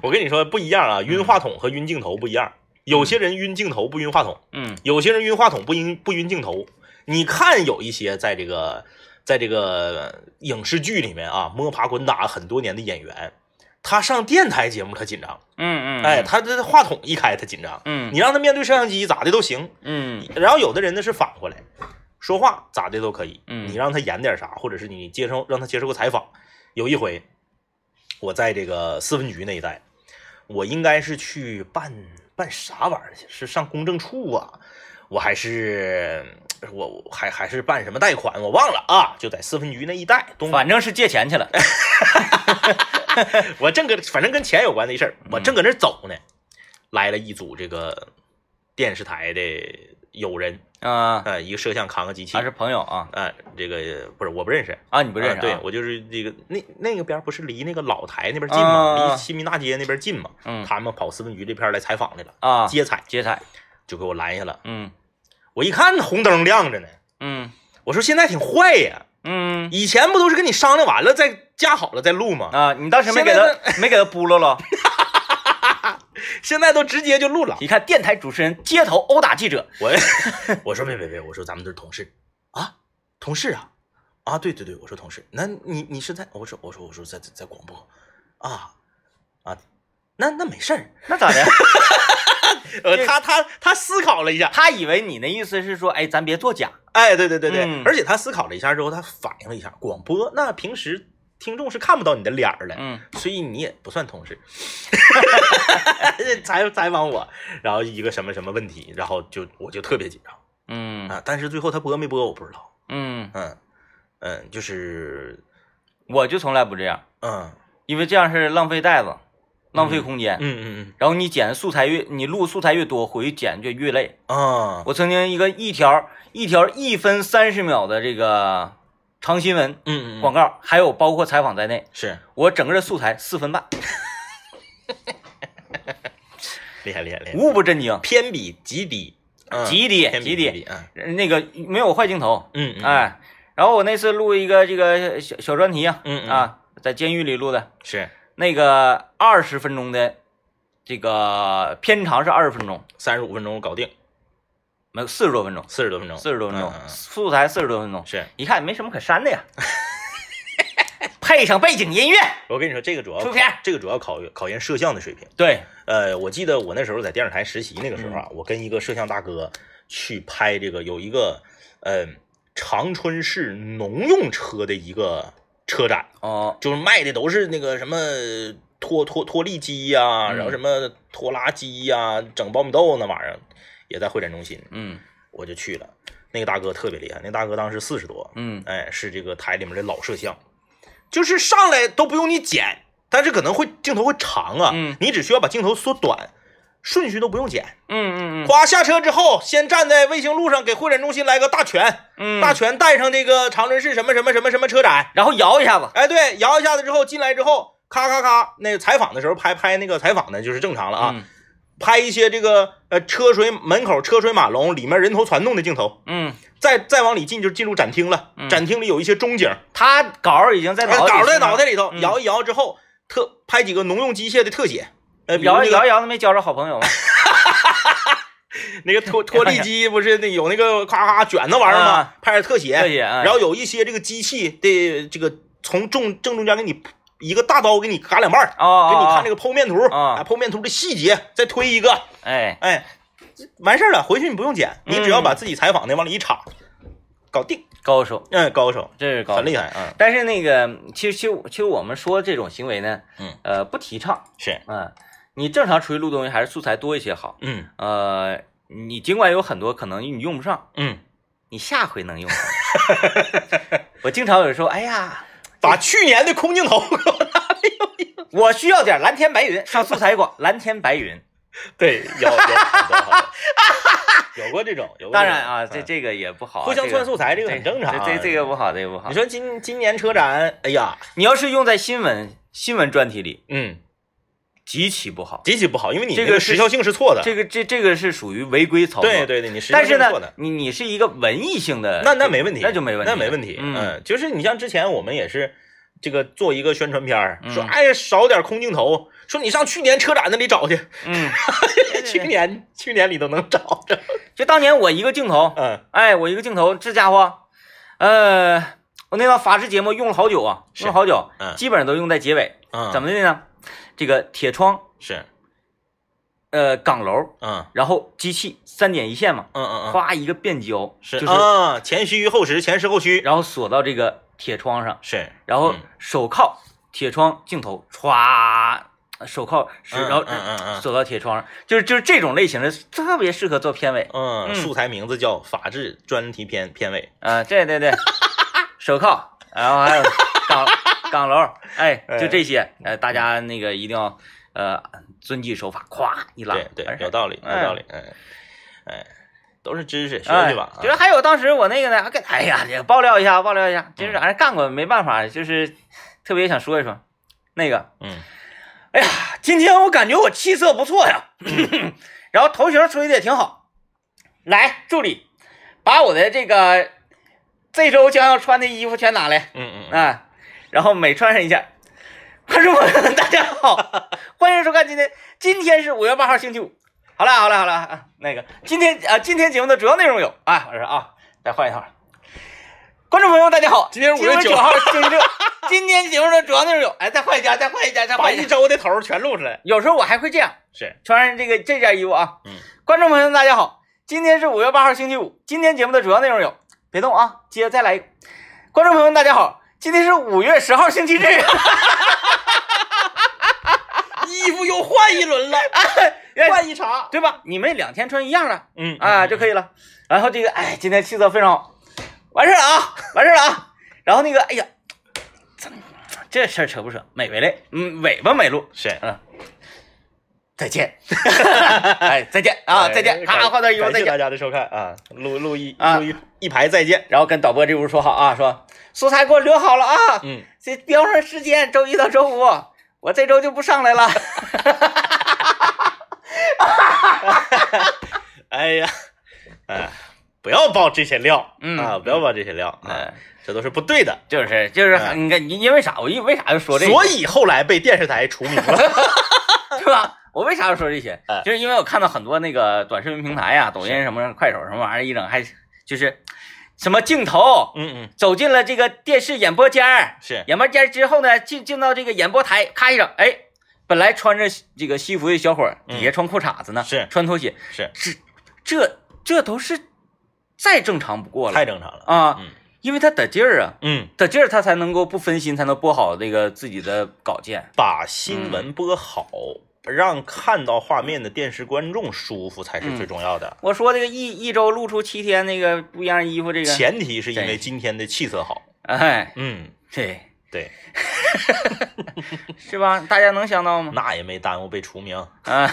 S2: 我跟你说不一样啊，晕话筒和晕镜头不一样，有些人晕镜头不晕话筒，
S1: 嗯
S2: 有些人晕话筒不晕不晕镜头。你看有一些在这个在这个影视剧里面啊摸爬滚打很多年的演员，他上电台节目他紧张，
S1: 嗯嗯，
S2: 哎，，他这话筒一开他紧张，
S1: 嗯
S2: 你让他面对摄像机咋的都行。
S1: 嗯
S2: 然后有的人呢是反过来，说话咋的都可以，
S1: 嗯
S2: 你让他演点啥，或者是你接受让他接受个采访。有一回，我在这个四分局那一带，我应该是去办办啥玩意儿去？是上公证处啊？我还是我我还还是办什么贷款？我忘了啊，就在四分局那一带，东
S1: 反正是借钱去了，
S2: 我正搁反正跟钱有关的事儿，
S1: 嗯
S2: 我正搁那儿走呢，来了一组这个电视台的友人，
S1: 啊，
S2: 呃，一个摄像扛个机器，
S1: 还是朋友啊
S2: 呃，这个不是我不认识，
S1: 啊，你不认识、啊
S2: 啊对我就是这个那那个边儿不是离那个老台那边近
S1: 啊啊
S2: 吗？
S1: 啊
S2: 离新民大街那边近吗？
S1: 嗯
S2: 他们跑四分局这片儿来采访来了，
S1: 啊，
S2: 接彩
S1: 接彩，
S2: 就给我拦下了。
S1: 嗯
S2: 我一看红灯亮着呢，
S1: 嗯
S2: 我说现在挺坏呀，
S1: 嗯
S2: 以前不都是跟你商量完了再加好了再录吗？ <laughs>
S1: 啊，你当时没给他没给他扑噜了，
S2: 现在都直接就录了。
S1: 一看电台主持人街头殴打记者， <laughs>
S2: 我我说别别别，我说咱们都是同事啊，同事啊啊，对对对，我说同事，那你你是在我说我说我说在在广播啊啊，那那没事儿，
S1: 那咋的？
S2: 呃，
S1: 这
S2: 他他他思考了一下，
S1: 他以为你那意思是说，哎，咱别作假，
S2: 哎，对对对对，
S1: 嗯
S2: 而且他思考了一下之后，他反应了一下，广播那平时听众是看不到你的脸儿的，
S1: 嗯
S2: 所以你也不算同事， <laughs> 采采访我，然后一个什么什么问题，然后就我就特别紧张
S1: 嗯
S2: 啊，但是最后他播没播我不知道，
S1: 嗯，
S2: 嗯嗯，就是
S1: 我就从来不这样，
S2: 嗯
S1: 因为这样是浪费袋子，浪费空间。
S2: 嗯嗯
S1: 然后你剪素材越你录素材越多，回去剪就越累。
S2: 嗯啊
S1: 我曾经一个一条一条一分三十秒的这个长新闻
S2: 嗯嗯
S1: 广
S2: 嗯
S1: 告，还有包括采访在内，
S2: 是
S1: 我整个的素材四分半，
S2: 厉害厉害厉害，
S1: 无不震惊，
S2: 偏比极低，嗯
S1: 极低
S2: 偏比
S1: 极低
S2: 低，嗯
S1: 那个没有坏镜头，
S2: 嗯嗯
S1: 哎。然后我那次录一个这个小小专题啊，
S2: 嗯嗯
S1: 啊，在监狱里录的，
S2: 是
S1: 那个二十分钟的这个片长是二十分钟，
S2: 三十五分钟搞定，
S1: 没有四十多分钟，
S2: 四十多分钟，
S1: 四十多分钟
S2: 嗯，嗯嗯
S1: 素材四十多分钟，
S2: 是。
S1: 一看没什么可删的呀， <laughs> 配上背景音乐，
S2: 我跟你说，这个主要
S1: 出片儿
S2: 这个主要考验考验摄像的水平。
S1: 对，
S2: 呃，我记得我那时候在电视台实习那个时候
S1: 嗯
S2: 啊，我跟一个摄像大哥去拍这个有一个嗯、长春市农用车的一个车展，
S1: 哦，
S2: 就是卖的都是那个什么拖拖拖力机呀、
S1: 嗯
S2: 然后什么拖拉机呀、整苞米豆那玩意儿，也在会展中心，
S1: 嗯
S2: 我就去了。那个大哥特别厉害，那大哥当时四十多，
S1: 嗯
S2: 哎，是这个台里面的老摄像，就是上来都不用你剪，但是可能会镜头会长啊，
S1: 嗯
S2: 你只需要把镜头缩短，顺序都不用剪。
S1: 嗯嗯嗯
S2: 夸下车之后，先站在卫星路上给会展中心来个大拳，
S1: 嗯，
S2: 大拳带上这个长春市什么什么什么什么车展，
S1: 然后摇一下子，
S2: 哎，对，摇一下子之后进来之后，咔咔咔，那个采访的时候拍拍那个采访呢就是正常了啊，
S1: 嗯
S2: 拍一些这个呃车水门口车水马龙，里面人头攒动的镜头。
S1: 嗯，
S2: 再再往里进就进入展厅了，
S1: 嗯
S2: 展厅里有一些中景，
S1: 他稿儿已经在脑
S2: 搞
S1: 袋里
S2: 倒哎在
S1: 了
S2: 脑袋，里头，
S1: 嗯
S2: 摇一摇之后，特拍几个农用机械的特写，呃，比如
S1: 摇
S2: 那
S1: 一摇
S2: 个
S1: 一摇，他没交着好朋友
S2: <laughs>
S1: 吗？
S2: 那个
S1: <laughs>
S2: 拖拖力机不是那有那个咔咔卷那玩意儿吗
S1: 啊？
S2: 拍点特写，
S1: 特写哎
S2: 然后有一些这个机器的这个从正正中间给你一个大刀给你嘎两半儿，
S1: 哦，
S2: 给你看这
S1: 这个，
S2: 个剖面图
S1: 啊
S2: 哎剖面图的细节，再推一个，
S1: 哎，
S2: 哎，完事儿了，回去你不用剪，你只
S1: 嗯
S2: 要把自己采访的往里一插，搞定，
S1: 高手，
S2: 嗯，高手，
S1: 这是高手，
S2: 很厉害，嗯，
S1: 但是那个，其实其实其实我们说这种行为呢，
S2: 嗯，
S1: 呃，不提倡，
S2: 是，
S1: 嗯、你正常出去录东西还是素材多一些好，
S2: 嗯
S1: 呃，你尽管有很多可能你用不上，
S2: 嗯。
S1: 你下回能用上。 <laughs> 我经常有时候，哎呀，
S2: 把去年的空镜头给我拿来用。
S1: 我需要点蓝天白云，上素材馆，蓝天白云，
S2: <laughs> 对，有有好多好
S1: <laughs>
S2: 多有过这种，有过这种
S1: 当然啊，
S2: 嗯
S1: 这这个也不好啊，
S2: 互相
S1: 这
S2: 窜
S1: 个
S2: 素材这个很正常啊，
S1: 这这这个不好，这个不好
S2: 你。说今今年车展，哎呀，
S1: 你要是用在新闻新闻专题里，
S2: 嗯，
S1: 极其不好。
S2: 极其不好，因为你
S1: 这
S2: 这
S1: 个
S2: 个
S1: 是
S2: 时效性是错的。
S1: 这个这这个是属于违规操作。
S2: 对。对对，你时效
S1: 但
S2: 性
S1: 是
S2: 是错
S1: 呢
S2: 的，，
S1: 你你是一个文艺性的，
S2: 那那没问题，
S1: 那就没问题，
S2: 那没问题。
S1: 嗯，
S2: 嗯，就是你像之前我们也是这个做一个宣传片儿，说
S1: 嗯
S2: 哎呀少点空镜头，说你上去年车展那里找去，
S1: 嗯，
S2: <laughs> 去年去年里都能找
S1: <laughs>
S2: 着。
S1: 就当年我一个镜头，
S2: 嗯，
S1: 哎，我一个镜头，这家伙，呃，我那档法制节目用了好久啊，
S2: 是
S1: 用了好久，
S2: 嗯
S1: 基本上都用在结尾。
S2: 嗯
S1: 怎么的呢？这个铁窗，
S2: 是？
S1: 呃，岗楼，
S2: 嗯
S1: 然后机器三点一线嘛，
S2: 嗯嗯嗯，
S1: 哗一个变焦，
S2: 是
S1: 就是，
S2: 啊，前虚后实，前实后虚，
S1: 然后锁到这个铁窗上，
S2: 是
S1: 然后
S2: 嗯
S1: 手铐、铁窗镜头歘，手铐是，
S2: 嗯
S1: 然后
S2: 嗯嗯嗯
S1: 锁到铁窗上，就是就是这种类型的，特别适合做片
S2: <laughs>
S1: 尾。
S2: 嗯，
S1: 嗯
S2: 素材名字叫法制专题片片尾。
S1: 啊，对对对，手铐，然后
S2: <laughs>
S1: 还有岗岗楼，哎，就这些，哎，大家那个一定要呃遵纪守法，咵一拉，
S2: 对对
S1: 完，事儿
S2: 有道理，有
S1: 哎
S2: 道理，哎哎，都是知识，学
S1: 哎
S2: 学吧。啊
S1: 就是还有当时我那个呢，跟哎呀，这爆料一下，爆料一下，就是
S2: 嗯
S1: 俺干过，没办法，就是特别想说一说那个，
S2: 嗯
S1: 哎呀，今天我感觉我气色不错
S2: <laughs>
S1: 呀，然后头型吹的也挺好。来，助理，把我的这个这周将要穿的衣服全拿来
S2: 嗯嗯嗯，
S1: 啊，然后每穿上一件。 <laughs> 观众朋友们，大家
S2: <laughs>
S1: 好，欢迎收看今天，今天是五月八号星期五。好了，好了，好了，啊那个今天啊，今天节目的主要内容有啊，我说啊，再换一套。观众朋友，大家好，
S2: 今天是5月
S1: 九号星期六，今天节目的主要内容有，哎，再换一家，再换一家，再
S2: 把
S1: 换一
S2: 一
S1: 家。
S2: 周的头儿全录出来。
S1: 有时候我还会这样
S2: 是，
S1: 穿上这个这件衣服啊。
S2: 嗯，
S1: 观众朋友们，大家好，今天是五月八号星期五，今天节目的主要内容有，别动啊，接着再来一个。观众朋友们，大家好，今天是五月十号
S2: <laughs>
S1: 星期日，哎啊
S2: 衣服又换一轮了，
S1: 哎
S2: 换一茬。
S1: 对吧？你们两天穿一样的
S2: 嗯
S1: 哎啊就可以了。然后这个，哎，今天气色非常好，完事儿了啊，完事儿了啊。然后那个，哎呀，这事儿扯不扯？美没嘞，嗯，尾巴没录。
S2: 是
S1: 再
S2: <laughs>
S1: 见， <laughs> 哎，再见啊，再见，
S2: 感
S1: 咔，换段衣服，
S2: 感
S1: 再
S2: 谢
S1: 见
S2: 大。家的收看啊，录录一
S1: 啊
S2: 录一一排再见。
S1: 然后跟导播这屋说好啊，说素材给我留好了啊，
S2: 嗯，
S1: 这标上时间，周一到周五，我这周就不上来 <laughs> 了。
S2: 哎呀，哎，不要爆这些料
S1: 嗯
S2: 啊，不要爆这些料啊
S1: 嗯，
S2: 这都是不对的。
S1: 就是就是，
S2: 嗯
S1: 你看你因为啥？我因为啥要说这个？
S2: 所以后来被电视台除名了。
S1: <laughs> 对吧？我为啥要说这些
S2: 哎？
S1: 就是因为我看到很多那个短视频平台呀、抖音什么、快手什么玩意儿一整，还就是什么镜头
S2: 嗯嗯，
S1: 走进了这个电视演播间儿，
S2: 是
S1: 演播间之后呢，进进到这个演播台，咔一整，哎，本来穿着这个西服的小伙儿，
S2: 嗯
S1: 底下穿裤衩子呢，
S2: 是
S1: 穿拖鞋，
S2: 是
S1: 这这这都是再正常不过了
S2: 太正常了。
S1: 啊，
S2: 嗯
S1: 因为他得劲儿啊，
S2: 嗯，
S1: 得劲儿他才能够不分心，才能播好这个自己的稿件。
S2: 把新闻播好，让看到画面的电视观众舒服才是最重要的。
S1: 我说这个一一周露出七天那个不一样衣服，这个，
S2: 前提是因为今天的气色好。
S1: 哎，
S2: 嗯，
S1: 对，
S2: 对，
S1: 是吧？大家能想到吗？
S2: 那也没耽误被除名
S1: 啊，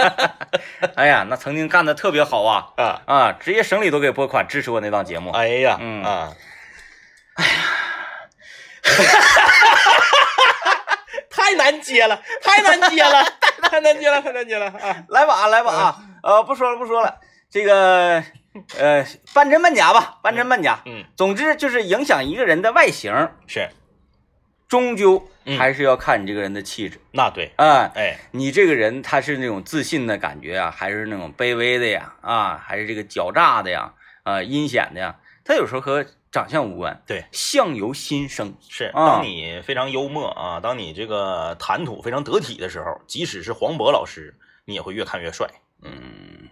S1: <laughs> 哎呀，那曾经干的特别好啊
S2: 啊。
S1: 啊，直接省里都给拨款支持我那档节目。
S2: 哎呀，
S1: 嗯
S2: <laughs> 啊，哎呀， <laughs> 太难接了，太难接了，太难接了，太难接了啊！
S1: 来吧啊，来吧啊，呃，不说了，不说了，这个，呃，半真半假吧，半真半假。
S2: 嗯，
S1: 总之就是影响一个人的外形，
S2: 是，
S1: 终究
S2: 嗯
S1: 还是要看你这个人的气质
S2: 那对，
S1: 啊、
S2: 哎，
S1: 你这个人他是那种自信的感觉啊，还是那种卑微的呀？啊，还是这个狡诈的呀？啊，阴险的呀？他有时候和长相无关，
S2: 对，
S1: 相由心生。
S2: 是，
S1: 啊
S2: 当你非常幽默啊，当你这个谈吐非常得体的时候，即使是黄渤老师，你也会越看越帅。
S1: 嗯，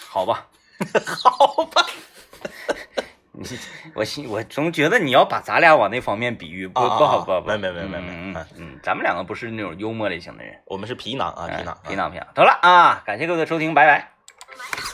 S1: 好吧，
S2: <laughs> 好吧，
S1: <laughs> 你我心我总觉得你要把咱俩往那方面比喻，不、
S2: 啊
S1: 不好
S2: 啊
S1: 不好，不好
S2: 没没没没没
S1: 嗯
S2: 啊
S1: 嗯嗯，咱们两个不是那种幽默类型的人，哎
S2: 我们是皮囊啊，皮囊，
S1: 哎皮。囊皮囊。得了啊，感谢各位的收听，拜拜。
S3: 买手